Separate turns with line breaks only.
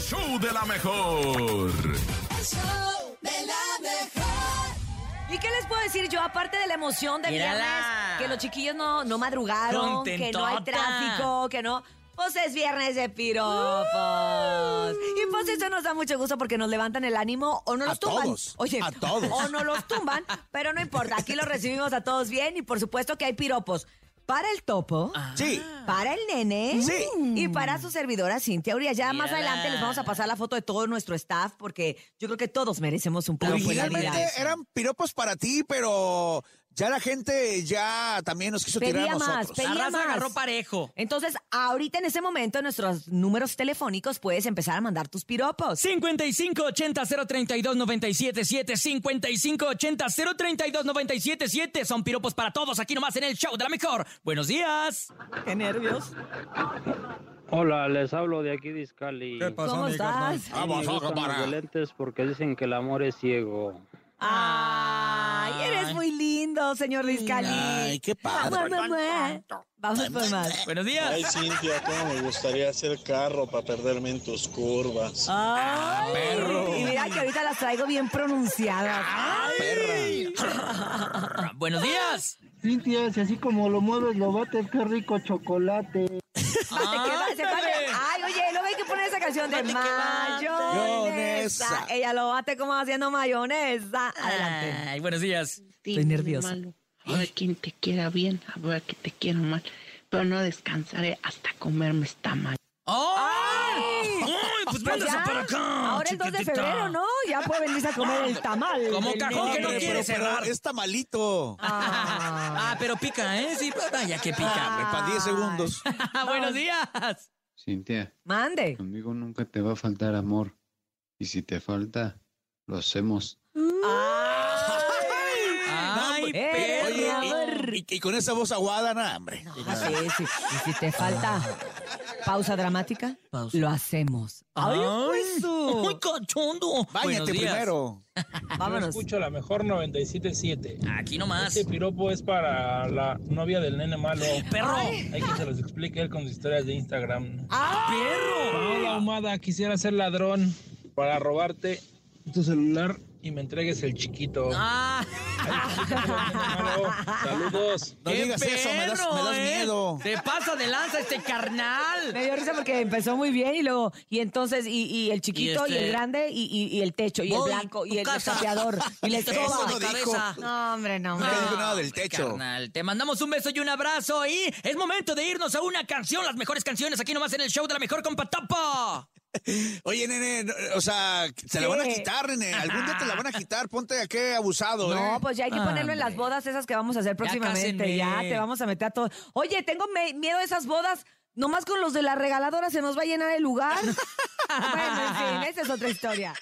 show de la mejor.
¿Y qué les puedo decir yo? Aparte de la emoción de
Mírala.
viernes, que los chiquillos no, no madrugaron, que no hay
Contentota.
tráfico, que no. Pues es viernes de piropos. Y pues eso nos da mucho gusto porque nos levantan el ánimo o no
Uh. A
los tumban.
todos, a todos.
O no los tumban, pero no importa. Aquí los recibimos a todos bien y por supuesto que hay piropos para el topo.
Sí.
Para el nene
Sí.
y para su servidora Cintia Urias. Ya más
Mírala.
adelante les vamos a pasar la foto de todo nuestro staff porque yo creo que todos merecemos un piropo en la vida.
Originalmente eran piropos para ti, pero ya la gente ya también nos quiso tirar
Pedía
a
más,
nosotros.
pedía
La raza
más.
agarró parejo.
Entonces, ahorita en ese momento, en nuestros números telefónicos, puedes empezar a mandar tus piropos.
5580-032-977, 5580-032-977, son piropos para todos aquí nomás en el show de la mejor. Buenos días.
Qué nervios.
Hola, les hablo de aquí de Iscali.
¿Cómo estás?
A mí me
Vamos,
gustan
vamos, para.
los violentos porque dicen que el amor es ciego.
Ay, eres muy lindo, señor Discali.
Ay, qué padre.
Vamos, mamá. Vamos por más.
Buenos
Ay,
días.
Cintia, cómo me gustaría hacer carro para perderme en tus curvas.
Ay, Y mira que ahorita las traigo bien pronunciadas.
Buenos días.
Cintia, si así como lo mueves, lo bates, qué rico chocolate.
Te quema, se pone-
Ándale.
Ay, oye, luego hay que poner esa canción de mayonesa.
Mayonesa.
Ella lo bate como haciendo mayonesa. Adelante.
Ay, buenos días.
Estoy nerviosa.
Habrá quien te quiera bien, habrá quien te quiera mal, pero no descansaré hasta comerme esta mal.
¡Oh! ¡Ay, pues véndase
ya,
para acá!
Ahora el 2 de
chiquitita.
febrero, ¿no? Ya puede venirse a comer el tamal.
Como
del
cajón que no
nene.
quiere cerrar.
Está malito.
Ah.
Ah, pero pica, ¿eh? Sí, vaya que pica. Ah,
Para 10 segundos.
buenos días.
Cintia,
Mande.
conmigo nunca te va a faltar amor. Y si te falta, lo hacemos.
Ah. Ay,
Eh,
perro.
Oye, y-
amor.
y, y con esa voz aguada, nada, hombre.
Ah, sí, sí. Y si te falta pausa dramática,
Pausa.
lo hacemos. Ay, pues, tú.
¡Muy cachondo!
Báñate
Buenos días.
primero.
Vámonos.
la mejor 97.7.
Aquí nomás.
Este piropo es para la novia del nene malo.
¡Perro!
Hay que se los explique él con sus historias de Instagram.
Ah.
¡Perro!
Hola, Humada, quisiera ser ladrón para robarte tu celular y me entregues el chiquito.
Ah,
Saludos.
No
¡Qué
digas eso, me das, me
perro,
das
eh!
miedo.
Se pasa de lanza este carnal.
Me dio risa porque empezó muy bien y luego, y entonces, y, y el chiquito, y,
Y este-
el grande, y, y- y el techo, y el
Voy,
blanco,
tu
y el
casa.
desafiador, y la
Te
escoba.
pongo de
Eso dijo.
cabeza.
No, hombre, no, hombre.
Nunca dijo nada del techo.
Carnal, te mandamos un beso y un abrazo y es momento de irnos a una canción, las mejores canciones aquí nomás en el show de la mejor compa Topo.
Oye, nene, no, o sea, se la van a quitar, nene. Algún día te la van a quitar. Ponte a qué abusado,
No,
¿eh?
pues ya hay que ponerlo en las bodas esas que vamos a hacer próximamente.
cásenme.
Ya, te vamos a meter a todo. Oye, tengo me- miedo de esas bodas. Nomás con los de la regaladora se nos va a llenar el lugar. bueno, en fin, esa es otra historia.